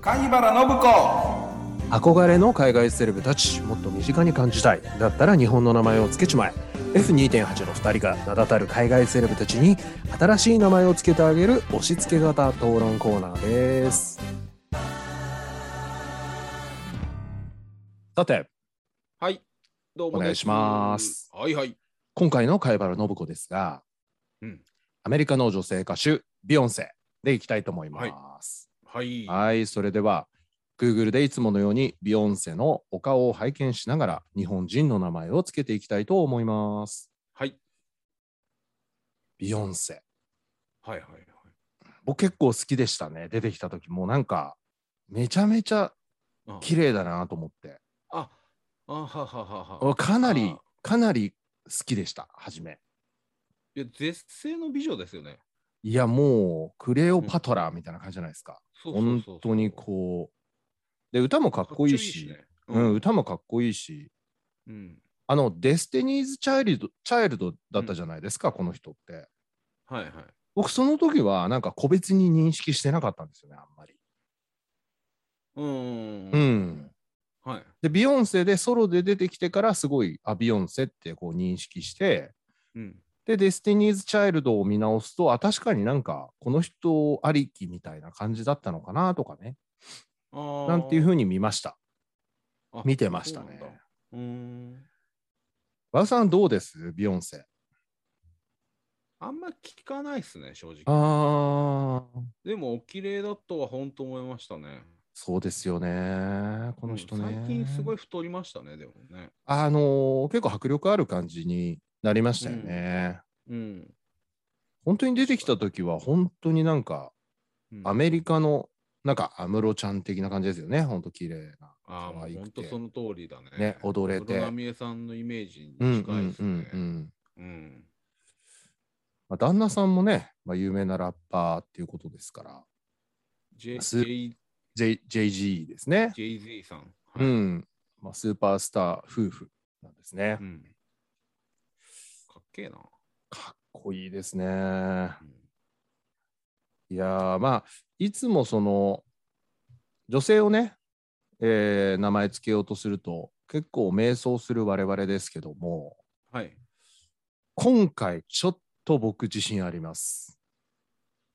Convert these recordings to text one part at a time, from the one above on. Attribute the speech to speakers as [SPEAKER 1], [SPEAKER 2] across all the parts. [SPEAKER 1] 貝原信子
[SPEAKER 2] 憧れの海外セレブたちもっと身近に感じたいだったら日本の名前を付けちまえ F2.8 の2人が名だたる海外セレブたちに新しい名前を付けてあげる押し付け型討論コーナーですさて
[SPEAKER 1] はいどうも
[SPEAKER 2] お願いします
[SPEAKER 1] はいはい
[SPEAKER 2] 今回の貝原信子ですが、
[SPEAKER 1] うん
[SPEAKER 2] アメリカの女性歌手ビヨンセでいきたいと思います。
[SPEAKER 1] はい
[SPEAKER 2] はい、それでは Google でいつものようにビヨンセのお顔を拝見しながら日本人の名前をつけていきたいと思います。
[SPEAKER 1] はい
[SPEAKER 2] ビヨンセ
[SPEAKER 1] はいはいはい
[SPEAKER 2] 僕結構好きでしたね出てきた時もうなんかめちゃめちゃ
[SPEAKER 1] うん
[SPEAKER 2] 綺麗だなと思って
[SPEAKER 1] ああはははは
[SPEAKER 2] おかなり
[SPEAKER 1] あ
[SPEAKER 2] かなり好きでした初め
[SPEAKER 1] いや絶世の美女ですよね
[SPEAKER 2] いやもうクレオパトラみたいな感じじゃないですか、
[SPEAKER 1] そうそうそう
[SPEAKER 2] 本
[SPEAKER 1] そう
[SPEAKER 2] 当にこう。で、歌もかっこいいし、
[SPEAKER 1] かっちょいいしね
[SPEAKER 2] うん、歌もかっこいいし、
[SPEAKER 1] うんうん
[SPEAKER 2] あの、デスティニーズ・チャイルドチャイルドだったじゃないですか、この人って。
[SPEAKER 1] はいはい
[SPEAKER 2] 僕、その時は、なんか個別に認識してなかったんですよね、あんまり。
[SPEAKER 1] うーん
[SPEAKER 2] うん。
[SPEAKER 1] はい
[SPEAKER 2] で、ビヨンセでソロで出てきてから、すごい、あ、ビヨンセってこう認識して、
[SPEAKER 1] うん
[SPEAKER 2] で、デスティニーズ・チャイルドを見直すと、あ、確かになんか、この人ありきみたいな感じだったのかなとかね、
[SPEAKER 1] な
[SPEAKER 2] なんていうふうに見ました。
[SPEAKER 1] あ
[SPEAKER 2] 見てました
[SPEAKER 1] そうなん
[SPEAKER 2] ね
[SPEAKER 1] だ。うーん
[SPEAKER 2] 和田さん、どうですビヨンセ。
[SPEAKER 1] あんま聞かないですね正直
[SPEAKER 2] ああ、
[SPEAKER 1] でもお綺麗だとは本当思いましたね
[SPEAKER 2] そうですよね。この人ね。
[SPEAKER 1] うん最近すごい。太りましたねでもね
[SPEAKER 2] あのー結構迫力ある感じになりましたよね。
[SPEAKER 1] うん、
[SPEAKER 2] 本当に出てきた時は、本当になんか、
[SPEAKER 1] うん
[SPEAKER 2] アメリカの、なんか、安室ちゃん的な感じですよね。本当綺麗な。
[SPEAKER 1] ああ、も
[SPEAKER 2] 可
[SPEAKER 1] う
[SPEAKER 2] 愛く
[SPEAKER 1] 本
[SPEAKER 2] て
[SPEAKER 1] 当その通りだね。
[SPEAKER 2] ね踊れて
[SPEAKER 1] 安室奈美恵さんのイメージ
[SPEAKER 2] うん
[SPEAKER 1] に
[SPEAKER 2] う
[SPEAKER 1] 近いで
[SPEAKER 2] ん
[SPEAKER 1] す
[SPEAKER 2] う
[SPEAKER 1] ね。
[SPEAKER 2] んうん。
[SPEAKER 1] うん
[SPEAKER 2] まあ、旦那さんもね、まあ、有名なラッパーっていうことですから、
[SPEAKER 1] J-
[SPEAKER 2] す
[SPEAKER 1] J-
[SPEAKER 2] J- JG ですね。
[SPEAKER 1] JZ さん。
[SPEAKER 2] う
[SPEAKER 1] はい
[SPEAKER 2] ん。まあ、スーパースター夫婦なんですね。
[SPEAKER 1] うんかっけえな。
[SPEAKER 2] かっこいいですね。
[SPEAKER 1] うん
[SPEAKER 2] いやーまあいつもその女性をね、えー名前つけようとすると結構迷走する我々ですけども
[SPEAKER 1] はい。
[SPEAKER 2] 今回ちょっと僕自信あります。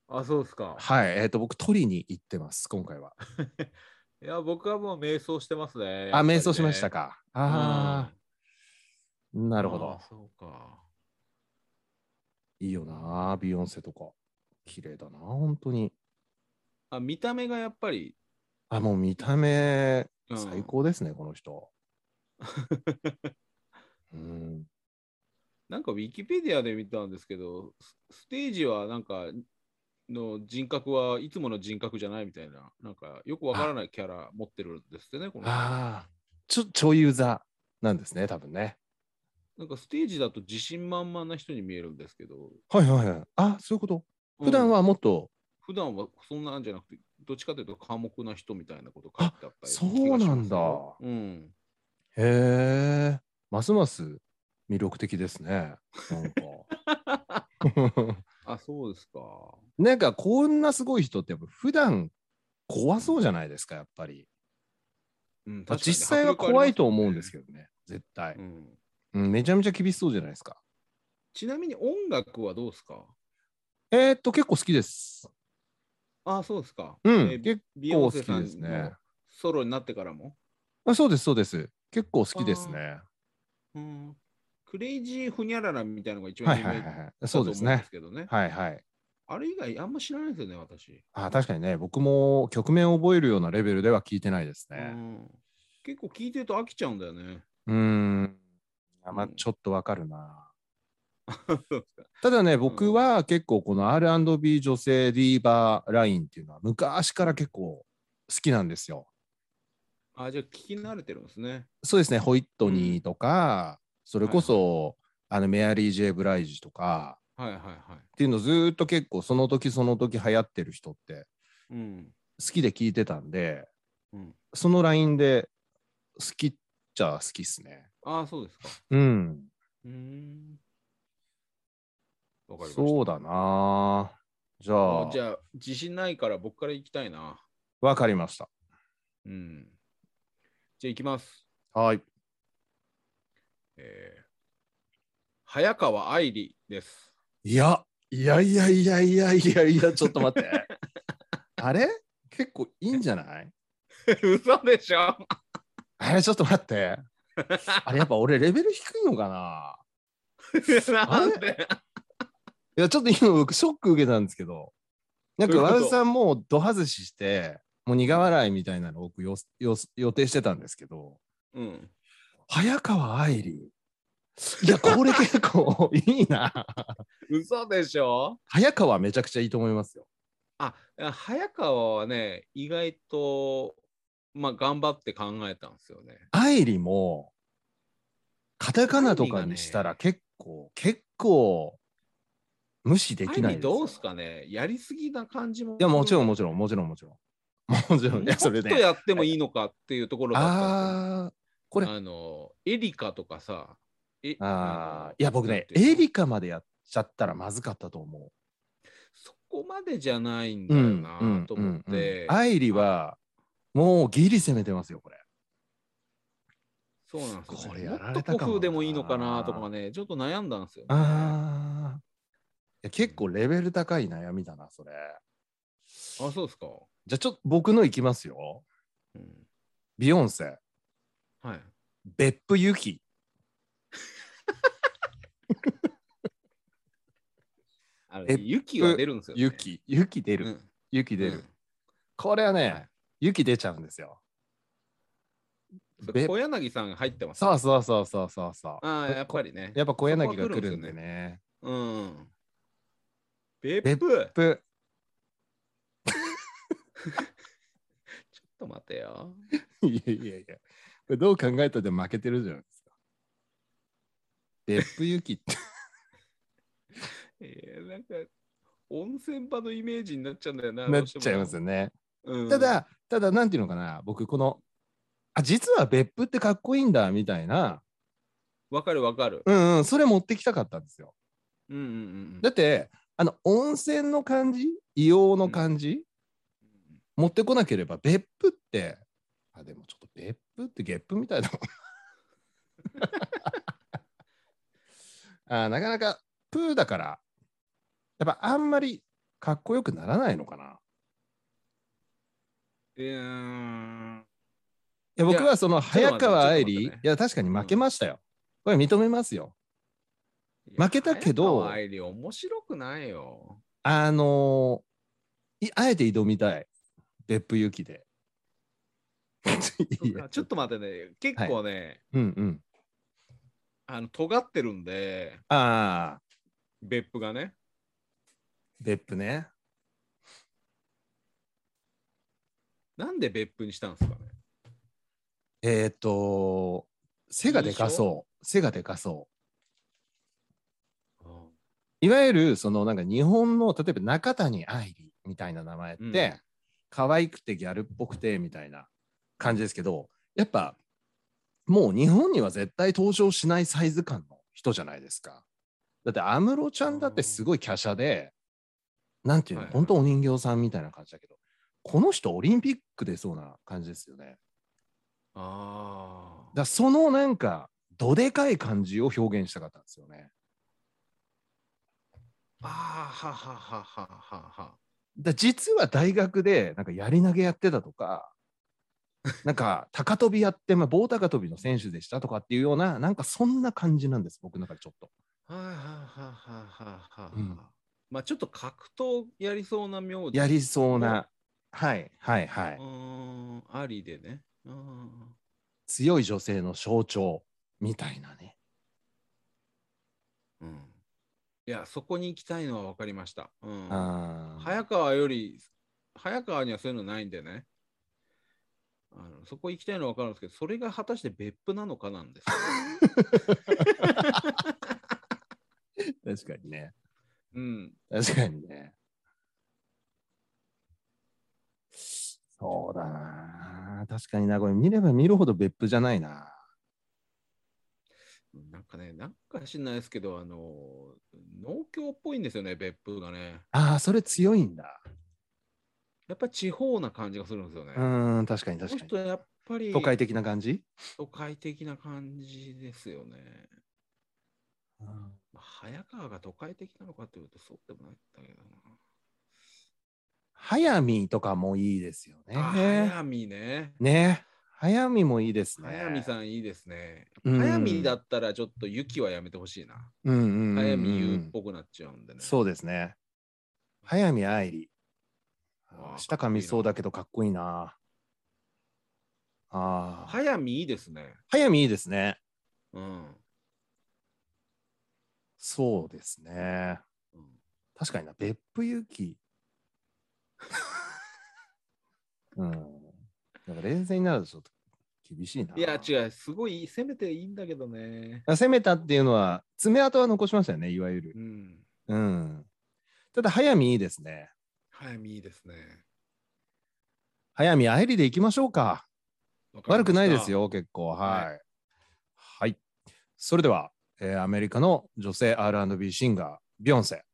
[SPEAKER 1] あ、そうですか。
[SPEAKER 2] はい、えっ、と僕取りに行ってます今回は。
[SPEAKER 1] いや、僕はもう迷走してますね。
[SPEAKER 2] あ迷走しました
[SPEAKER 1] か。
[SPEAKER 2] か。
[SPEAKER 1] うん
[SPEAKER 2] ああ、な
[SPEAKER 1] な
[SPEAKER 2] るほど。
[SPEAKER 1] そうか。
[SPEAKER 2] いいよなビヨンセとか綺麗だな本当に。
[SPEAKER 1] あ、見た目がやっぱり。
[SPEAKER 2] あもう見た目
[SPEAKER 1] うん
[SPEAKER 2] 最。高ですね、この 人。うん
[SPEAKER 1] なんかウィキペディアで見たんですけど、スステージはなんか、の人格はいつもの人格じゃないみたいな、なんかよくわからないキャラ持ってるんですってね、この人
[SPEAKER 2] ああ、ちょ、超ユーザーなんですね、多分ね。
[SPEAKER 1] なんかステージだと自信満々な人に見えるんですけど、
[SPEAKER 2] はいはいはい。あそういうこと。
[SPEAKER 1] うん
[SPEAKER 2] 普段はもっと、
[SPEAKER 1] 普段はそんなんじゃなくて、どっちかというと寡黙な人みたいなこと書いてあったり
[SPEAKER 2] あそうなんだ
[SPEAKER 1] うん。
[SPEAKER 2] へえ、ますます魅力的ですね。なん か。
[SPEAKER 1] あ、そうですか。
[SPEAKER 2] なんかこんなすごい人って、やっぱ普段怖そうじゃないですか、やっぱり。
[SPEAKER 1] うん、
[SPEAKER 2] まあ実際は怖いと思うんです
[SPEAKER 1] け
[SPEAKER 2] けどね、絶対
[SPEAKER 1] ど、、うん。
[SPEAKER 2] うん。めちゃめちゃ厳しそうじゃないですか。
[SPEAKER 1] ちなみに音楽はどうですか
[SPEAKER 2] えー、っと、結構好きです。
[SPEAKER 1] あ、そうですか。
[SPEAKER 2] うん、
[SPEAKER 1] えー
[SPEAKER 2] 結
[SPEAKER 1] ビヨ
[SPEAKER 2] 構好
[SPEAKER 1] ン
[SPEAKER 2] き
[SPEAKER 1] セさん
[SPEAKER 2] です
[SPEAKER 1] の
[SPEAKER 2] ね。
[SPEAKER 1] ソロになってからも
[SPEAKER 2] あそうです、そうです。結構好きですね。
[SPEAKER 1] うんクレイジーふにゃららみたいなのが一
[SPEAKER 2] は
[SPEAKER 1] 番
[SPEAKER 2] い
[SPEAKER 1] 有名
[SPEAKER 2] はいはい
[SPEAKER 1] だ
[SPEAKER 2] はい。
[SPEAKER 1] と
[SPEAKER 2] そう
[SPEAKER 1] 思うん
[SPEAKER 2] で
[SPEAKER 1] です
[SPEAKER 2] ね。
[SPEAKER 1] けどね。
[SPEAKER 2] はいはい。
[SPEAKER 1] あれ以外あんま知らないですよね、私。
[SPEAKER 2] あ確かにね、僕も曲名を覚えるようなレベルでは聞いてないです
[SPEAKER 1] う
[SPEAKER 2] ね。
[SPEAKER 1] ん結構聞いてると飽きちゃうんだよね。
[SPEAKER 2] うーん。あまあ
[SPEAKER 1] うん
[SPEAKER 2] ちょっとわかるな。
[SPEAKER 1] そうですか
[SPEAKER 2] ただね、僕は結構この R&B 女性ディーバーラインっていうのは昔から結構好きなんですよ。
[SPEAKER 1] あじゃあ聞き慣れてるんですね。
[SPEAKER 2] そうですね、ホイットニーとか、それこそ、あのメアリー・ジェイ・ブライジとか
[SPEAKER 1] はいはいはい。
[SPEAKER 2] っていうのずーっと結構その時その時流行ってる人って
[SPEAKER 1] うん。
[SPEAKER 2] 好きで聞いてたんで、
[SPEAKER 1] うん、
[SPEAKER 2] そのラインで好きっちゃ好きっすね。
[SPEAKER 1] ああ、そうですか。
[SPEAKER 2] うん。
[SPEAKER 1] うーん。わかりました。
[SPEAKER 2] そうだなあじゃあ
[SPEAKER 1] あじゃあ、自信ないから僕から行きたいな。
[SPEAKER 2] わかりました。
[SPEAKER 1] うん。じゃあ行きます。
[SPEAKER 2] はい。
[SPEAKER 1] えー、早川愛理です。
[SPEAKER 2] いや、いやいやいやいやいやいや、ちょっと待って。 あれ結構いいんじゃない
[SPEAKER 1] 嘘でしょ
[SPEAKER 2] あれちょっと待って。あれやっぱ俺レベル低いのかな
[SPEAKER 1] なんで
[SPEAKER 2] いや、ちょっと今僕ショック受けたんですけど、なんか
[SPEAKER 1] どういうこと
[SPEAKER 2] 和田さんもうド外しして、もう苦笑いみたいなのを僕よよ予定してたんですけど、
[SPEAKER 1] うん。
[SPEAKER 2] 早川愛理。いや、これ結構いいな。
[SPEAKER 1] 嘘でしょ
[SPEAKER 2] 早川めちゃくちゃいいと思いますよ。
[SPEAKER 1] あ、早川はね、意外と、まあ、頑張って考えたんですよね。
[SPEAKER 2] 愛理も、カタカナとかにしたら結構、結構、無視できない
[SPEAKER 1] 愛理
[SPEAKER 2] よ
[SPEAKER 1] どうすかねやりすぎな感じも。
[SPEAKER 2] いや、もちろん、もちろん、もちろん、もちろん。もちろん、いや、そ
[SPEAKER 1] も
[SPEAKER 2] れ
[SPEAKER 1] っと
[SPEAKER 2] ね。
[SPEAKER 1] やってもいいのかっていうところがあっ
[SPEAKER 2] ああ、
[SPEAKER 1] た
[SPEAKER 2] こ
[SPEAKER 1] んですよ、
[SPEAKER 2] れ
[SPEAKER 1] あの、エリカとかさ、え
[SPEAKER 2] あ
[SPEAKER 1] の
[SPEAKER 2] あ、いや、僕ね、
[SPEAKER 1] なんていうの
[SPEAKER 2] エリカまでやっちゃったらまずかったと思
[SPEAKER 1] そこまでじゃないん
[SPEAKER 2] う。
[SPEAKER 1] だよ
[SPEAKER 2] ん、
[SPEAKER 1] なと思っ
[SPEAKER 2] うんうんう
[SPEAKER 1] て
[SPEAKER 2] ん、アイリは、もうギリ攻めてますよ、これ。
[SPEAKER 1] そうなんですよ
[SPEAKER 2] これ
[SPEAKER 1] ね、
[SPEAKER 2] や
[SPEAKER 1] も
[SPEAKER 2] ら
[SPEAKER 1] っと
[SPEAKER 2] れたかもな
[SPEAKER 1] 古風でもいいのかなとかね、ちょっと悩んだんですよ、ね。
[SPEAKER 2] ああ。いや、結構レベル高い悩みだな、それ。
[SPEAKER 1] あそうですか。
[SPEAKER 2] じゃあ、ちょっと僕のいきますよ。
[SPEAKER 1] うん
[SPEAKER 2] ビヨンセ、
[SPEAKER 1] はい。
[SPEAKER 2] 別府ユキ。
[SPEAKER 1] あの
[SPEAKER 2] え
[SPEAKER 1] 雪は出るんですよ、ね。
[SPEAKER 2] ユキ、ユキ出
[SPEAKER 1] う
[SPEAKER 2] る。
[SPEAKER 1] ん
[SPEAKER 2] ユキ出る。
[SPEAKER 1] うん
[SPEAKER 2] これは
[SPEAKER 1] は
[SPEAKER 2] ね
[SPEAKER 1] い、
[SPEAKER 2] ユキ出ちゃうんですよ。
[SPEAKER 1] そ
[SPEAKER 2] べ
[SPEAKER 1] れ小柳さんが入ってます、
[SPEAKER 2] そうそうそうそうそうそう。
[SPEAKER 1] ああ、やっぱりね。
[SPEAKER 2] やっぱ小柳が
[SPEAKER 1] そこは来
[SPEAKER 2] 来
[SPEAKER 1] る
[SPEAKER 2] る
[SPEAKER 1] ん
[SPEAKER 2] ん
[SPEAKER 1] です
[SPEAKER 2] で
[SPEAKER 1] よ
[SPEAKER 2] ね。
[SPEAKER 1] うん。別府ちょっ
[SPEAKER 2] ぷ
[SPEAKER 1] と待てよ。
[SPEAKER 2] いやいやいや。これどう考えたって負けてるじゃないですか。別府ゆきって。
[SPEAKER 1] えー、なんか、温泉場のイメージになっちゃうんだよな。
[SPEAKER 2] なっちゃいますよ
[SPEAKER 1] ね。
[SPEAKER 2] ね。
[SPEAKER 1] うん
[SPEAKER 2] た、だ、ただ、なんていうのかな、僕、この、あ、実は別府ってかっこいいんだ、みたいな、
[SPEAKER 1] わかるわかる。
[SPEAKER 2] うんうん、それ持ってきたかったんですよ。
[SPEAKER 1] うんうんうんうん。
[SPEAKER 2] だって、あの、温泉の感じ、硫黄の感じ、持ってこなければ、別府って、あ、でもちょっと別府ってゲップみたいだもんな。あなかなか、プーだから、やっぱあんまりかっこよくならないのかな。
[SPEAKER 1] うーん。
[SPEAKER 2] い
[SPEAKER 1] いや
[SPEAKER 2] や僕はその
[SPEAKER 1] ちょっと待
[SPEAKER 2] 早
[SPEAKER 1] って
[SPEAKER 2] 川
[SPEAKER 1] ちょっと待
[SPEAKER 2] 愛理、
[SPEAKER 1] ってね
[SPEAKER 2] いや確かに負けましたよ。これ認めますよ。
[SPEAKER 1] いや
[SPEAKER 2] 負けたけど
[SPEAKER 1] 早川愛理面白くないよ。
[SPEAKER 2] あのーいあえて挑みたい。別府ゆきで。 いや
[SPEAKER 1] ちょっと待ってね、結構ね、
[SPEAKER 2] うんうん。
[SPEAKER 1] あの尖ってるんで、
[SPEAKER 2] ああ、
[SPEAKER 1] 別府がね。
[SPEAKER 2] 別府ね。
[SPEAKER 1] なんで別府にしたんですかね
[SPEAKER 2] えっ、と背がでかそう。背がでかそう。いわゆるそのなんか日本の例えば中谷愛理みたいな名前って、
[SPEAKER 1] うん
[SPEAKER 2] 可愛くてギャルっぽくてみたいな感じですけどやっぱもう日本には絶対登場しないサイズ感の人じゃないですか。だって安室ちゃんだってすごい華奢でなんていうの、
[SPEAKER 1] はいはい
[SPEAKER 2] 本当お人形さんみたいな感じだけどこの人オリンピック出そうな感じですよね。
[SPEAKER 1] あ
[SPEAKER 2] だからそのなんかどでかい感じを表現したかったんですよね。
[SPEAKER 1] あはははははは。
[SPEAKER 2] だ実は大学でなんかやり投げやってたとかなんか高跳びやって、まあ、棒高跳びの選手でしたとかっていうようななんかそんな感じなんです僕の中でちょっと
[SPEAKER 1] はいはいはいはいはいはい。
[SPEAKER 2] うん
[SPEAKER 1] まあちょっと格闘やりそうな名字。
[SPEAKER 2] やりそうなはいはいはいう
[SPEAKER 1] ーん、ありでね。うん
[SPEAKER 2] 強い女性の象徴みたいなね
[SPEAKER 1] うん。いや、そこに行きたいのは分かりました。うん、
[SPEAKER 2] あー
[SPEAKER 1] 早川より、早川にはそういうのないんでね。あのそこ行きたいのは分かるんですけど、それが果たして別府なのかなん ですよ。
[SPEAKER 2] 確かにね
[SPEAKER 1] うん。
[SPEAKER 2] 確かにねそうだな確かになこれ見れば見るほど別府じゃないな
[SPEAKER 1] なんかね、なんか知んないですけど、あの、農協っぽいんですよね、別府がね。
[SPEAKER 2] ああそれ強いんだ
[SPEAKER 1] やっぱり地方な感じがするんですよね。
[SPEAKER 2] うーん、確かに
[SPEAKER 1] こ
[SPEAKER 2] 確
[SPEAKER 1] の
[SPEAKER 2] かに。
[SPEAKER 1] 人はやっぱり
[SPEAKER 2] 都会的な感じ、
[SPEAKER 1] 都会的な感じですよね。まあ早川が都会的なのかというとそうでもないんだけど
[SPEAKER 2] 早見とかもいいですよ
[SPEAKER 1] な。あ
[SPEAKER 2] ね。
[SPEAKER 1] 早見ね。
[SPEAKER 2] ね。早見もいいですね。
[SPEAKER 1] 早見さんいいですね。
[SPEAKER 2] うん
[SPEAKER 1] 早見だったらちょっと雪はやめてほしいな。
[SPEAKER 2] うんうんうんうん
[SPEAKER 1] 早見優っぽくなっちゃうんでね。
[SPEAKER 2] そうですね。早見愛理
[SPEAKER 1] あ。ー
[SPEAKER 2] 下噛みそうだけどかっこいいな。ああ。
[SPEAKER 1] 早見いいですね。
[SPEAKER 2] 早見いいですね。
[SPEAKER 1] うん。
[SPEAKER 2] そうですね。
[SPEAKER 1] うん
[SPEAKER 2] 確かにな、別府ゆき。 うん。なんか冷静になるとちょっと厳しいな。
[SPEAKER 1] いや
[SPEAKER 2] う。
[SPEAKER 1] 違う、すごいせめていいんだけどね。
[SPEAKER 2] 攻めたっていうのは、爪痕は残しましたよね、いわゆる
[SPEAKER 1] う。ん。
[SPEAKER 2] うん。ただ、早見いいですね。
[SPEAKER 1] 早見いいですね。
[SPEAKER 2] 早見愛理でいきましょうか。
[SPEAKER 1] わかりました
[SPEAKER 2] 悪くないです。よ、結構。はい。はい。それでは、えーアメリカの女性 R&B シンガー、ビヨンセ、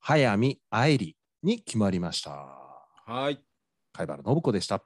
[SPEAKER 2] 早見愛理に決まりました。
[SPEAKER 1] はい。
[SPEAKER 2] 貝原信子でした。